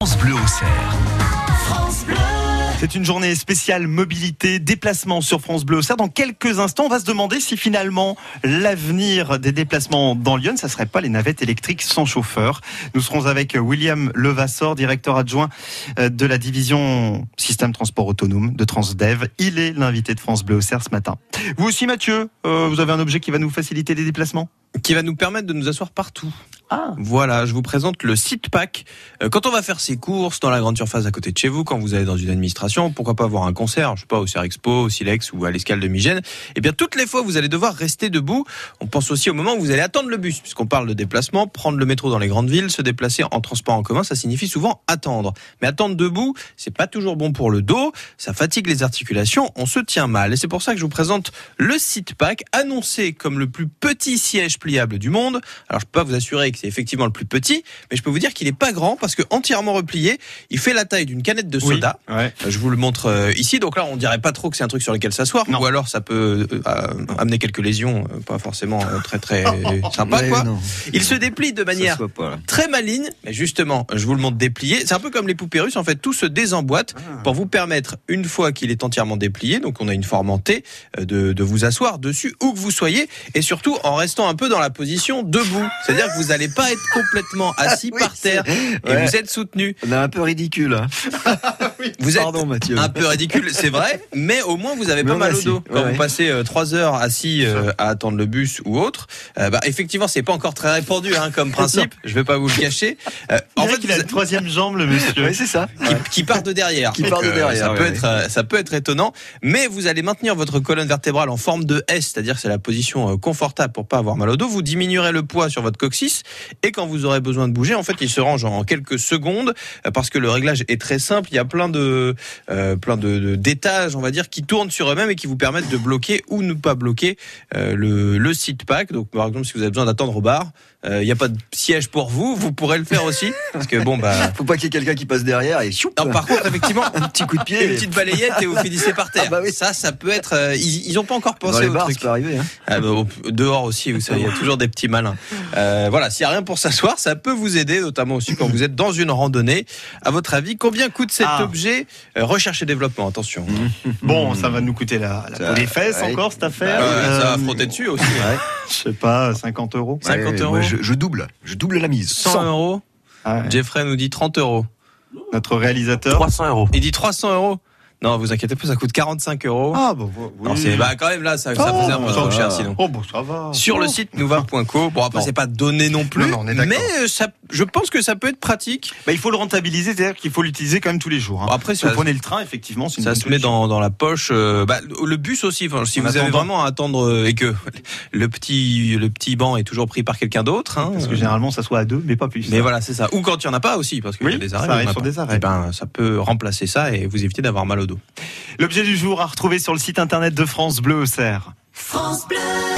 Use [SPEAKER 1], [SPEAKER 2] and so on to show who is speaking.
[SPEAKER 1] France Bleu Auxerre.
[SPEAKER 2] C'est une journée spéciale mobilité, déplacement sur France Bleu Auxerre. Dans quelques instants, on va se demander si finalement l'avenir des déplacements dans Lyon, ça serait pas les navettes électriques sans chauffeur. Nous serons avec William Levassor, directeur adjoint euh, de la division système transport autonome de Transdev. Il est l'invité de France Bleu Auxerre ce matin. Vous aussi, Mathieu, euh, vous avez un objet qui va nous faciliter les déplacements
[SPEAKER 3] qui va nous permettre de nous asseoir partout.
[SPEAKER 2] Ah,
[SPEAKER 3] Voilà, je vous présente le site pack. Euh, Quand on va faire ses courses dans la grande surface à côté de chez vous, quand vous allez dans une administration, pourquoi pas avoir un concert, je sais pas, au Serre Expo, au Silex ou à l'escale de Migène, eh bien toutes les fois vous allez devoir rester debout. On pense aussi au moment où vous allez attendre le bus, puisqu'on parle de déplacement, prendre le métro dans les grandes villes, se déplacer en transport en commun, ça signifie souvent attendre. Mais attendre debout, c'est pas toujours bon pour le dos, ça fatigue les articulations, on se tient mal. Et c'est pour ça que je vous présente le site pack, annoncé comme le plus petit siège pliable du monde. Alors je peux pas vous assurer que c'est effectivement le plus petit, mais je peux vous dire qu'il est pas grand parce que entièrement replié, il fait la taille d'une canette de soda.
[SPEAKER 2] ouais.
[SPEAKER 3] Euh, Je vous le montre euh, ici. Donc là, on dirait pas trop que c'est un truc sur lequel s'asseoir.
[SPEAKER 2] Non.
[SPEAKER 3] Ou alors, ça peut euh, euh, amener quelques lésions, euh, pas forcément euh, très très sympa.
[SPEAKER 4] Ouais,
[SPEAKER 3] quoi.
[SPEAKER 4] non,
[SPEAKER 3] Il se déplie de
[SPEAKER 4] ça
[SPEAKER 3] manière
[SPEAKER 4] se voit pas, là.
[SPEAKER 3] très maligne. Mais justement, je vous le montre déplié. C'est un peu comme les poupées russes. En fait, tout se désemboîte
[SPEAKER 4] Ah.
[SPEAKER 3] pour vous permettre, une fois qu'il est entièrement déplié, donc on a une forme en T, euh, de, de vous asseoir dessus où que vous soyez, et surtout en restant un peu dans la position debout. C'est-à-dire que vous n'allez pas être complètement assis
[SPEAKER 4] Oui,
[SPEAKER 3] par
[SPEAKER 4] c'est-
[SPEAKER 3] terre et
[SPEAKER 4] Ouais.
[SPEAKER 3] vous êtes soutenu.
[SPEAKER 4] On est un peu ridicule. hein.
[SPEAKER 3] Vous êtes
[SPEAKER 4] Pardon, Mathieu.
[SPEAKER 3] un peu ridicule, c'est vrai, mais au moins vous avez
[SPEAKER 4] Mais
[SPEAKER 3] pas
[SPEAKER 4] on est
[SPEAKER 3] mal au
[SPEAKER 4] assis,
[SPEAKER 3] dos. Quand
[SPEAKER 4] ouais, ouais.
[SPEAKER 3] vous passez euh, trois heures assis euh, à attendre le bus ou autre, euh, bah, effectivement, c'est pas encore très répandu hein, comme principe. Je vais pas vous le cacher. Euh, en fait,
[SPEAKER 2] il a
[SPEAKER 3] vous-
[SPEAKER 2] une troisième jambe, le monsieur.
[SPEAKER 4] Ouais, c'est ça.
[SPEAKER 3] qui, qui part de derrière.
[SPEAKER 4] Qui part de
[SPEAKER 3] Donc, euh,
[SPEAKER 4] derrière,
[SPEAKER 3] Ça
[SPEAKER 4] ouais,
[SPEAKER 3] peut
[SPEAKER 4] ouais.
[SPEAKER 3] être, euh, ça peut être étonnant, mais vous allez maintenir votre colonne vertébrale en forme de S, c'est-à-dire que c'est la position euh, confortable pour pas avoir mal au dos. Vous diminuerez le poids sur votre coccyx et quand vous aurez besoin de bouger, en fait, il se range en quelques secondes euh, parce que le réglage est très simple. Il y a plein de, euh, plein de de- d'étages, on va dire, qui tournent sur eux-mêmes et qui vous permettent de bloquer ou ne pas bloquer euh, le, le seat pack. Donc, par exemple, si vous avez besoin d'attendre au bar, euh, il n'y a pas de siège pour vous, vous pourrez le faire aussi parce que bon bah.
[SPEAKER 4] Faut pas qu'il y ait quelqu'un qui passe derrière et choup,
[SPEAKER 3] Non, par contre, effectivement,
[SPEAKER 4] un petit coup de
[SPEAKER 3] et une
[SPEAKER 4] pied.
[SPEAKER 3] petite balayette et vous finissez par terre.
[SPEAKER 4] Ah bah oui.
[SPEAKER 3] Ça, ça peut être. euh, ils, ils ont pas encore
[SPEAKER 4] Dans
[SPEAKER 3] pensé
[SPEAKER 4] les
[SPEAKER 3] au
[SPEAKER 4] bars,
[SPEAKER 3] truc.
[SPEAKER 4] ça peut arriver. hein.
[SPEAKER 3] Ah bah, au- dehors aussi, vous savez, il y a toujours des petits malins. Euh, voilà, s'il y a rien pour s'asseoir, ça peut vous aider, notamment aussi quand vous êtes dans une randonnée. À votre avis, combien coûte cet
[SPEAKER 2] Ah. Mmh.
[SPEAKER 3] objet Euh, Recherche et développement, attention.
[SPEAKER 2] Bon, Hmm. ça va nous coûter la, la
[SPEAKER 4] Ça-
[SPEAKER 2] peau des fesses
[SPEAKER 4] ouais.
[SPEAKER 2] encore cette affaire.
[SPEAKER 4] Bah oui,
[SPEAKER 3] Euh, ça va
[SPEAKER 2] Euh,
[SPEAKER 3] frotter dessus aussi.
[SPEAKER 2] Je sais pas, 50 euros.
[SPEAKER 3] 50
[SPEAKER 4] Ouais,
[SPEAKER 3] euros.
[SPEAKER 4] moi, je, je double. Je double la mise.
[SPEAKER 3] 100 euros.
[SPEAKER 2] Ah ouais.
[SPEAKER 3] Jeffrey nous dit 30 euros.
[SPEAKER 2] Notre réalisateur.
[SPEAKER 5] 300 euros.
[SPEAKER 3] Il dit 300 euros. Non, vous inquiétez pas, ça coûte 45 euros.
[SPEAKER 2] Ah, bah, vo- oui.
[SPEAKER 3] Non, c'est bah quand même là, ça, ça
[SPEAKER 2] Oh,
[SPEAKER 3] faisait un peu trop
[SPEAKER 2] ça
[SPEAKER 3] cher
[SPEAKER 4] va.
[SPEAKER 3] sinon.
[SPEAKER 2] Oh, bon, ça va.
[SPEAKER 3] sur le site nouva.co. Bon, après,
[SPEAKER 2] Non.
[SPEAKER 3] c'est pas donné non plus.
[SPEAKER 2] Non, non, on est d'accord.
[SPEAKER 3] mais euh, ça, je pense que ça peut être pratique.
[SPEAKER 2] Bah, il faut le rentabiliser, c'est-à-dire qu'il faut l'utiliser quand même tous les jours. hein.
[SPEAKER 3] Bon, après,
[SPEAKER 2] si vous
[SPEAKER 3] ça,
[SPEAKER 2] prenez le train, effectivement, c'est une
[SPEAKER 3] ça
[SPEAKER 2] bonne
[SPEAKER 3] se met
[SPEAKER 2] solution.
[SPEAKER 3] dans, dans la poche. euh, bah, le bus aussi, enfin, si
[SPEAKER 2] En
[SPEAKER 3] vous avez
[SPEAKER 2] attendant.
[SPEAKER 3] vraiment à attendre euh, et que le petit, le petit banc est toujours pris par quelqu'un d'autre. hein,
[SPEAKER 2] Parce que
[SPEAKER 3] euh,
[SPEAKER 2] généralement, ça soit à deux, mais pas plus.
[SPEAKER 3] mais voilà, c'est ça. Ou quand il n'y en a pas aussi, parce qu'il
[SPEAKER 2] Oui,
[SPEAKER 3] y a des
[SPEAKER 2] ça
[SPEAKER 3] arrêts.
[SPEAKER 2] arrive
[SPEAKER 3] il y en a
[SPEAKER 2] sur
[SPEAKER 3] pas.
[SPEAKER 2] des arrêts.
[SPEAKER 3] Eh ben, ça peut remplacer ça et vous éviter d'avoir mal au dos.
[SPEAKER 2] L'objet du jour à retrouver sur le site internet de France Bleu Auxerre.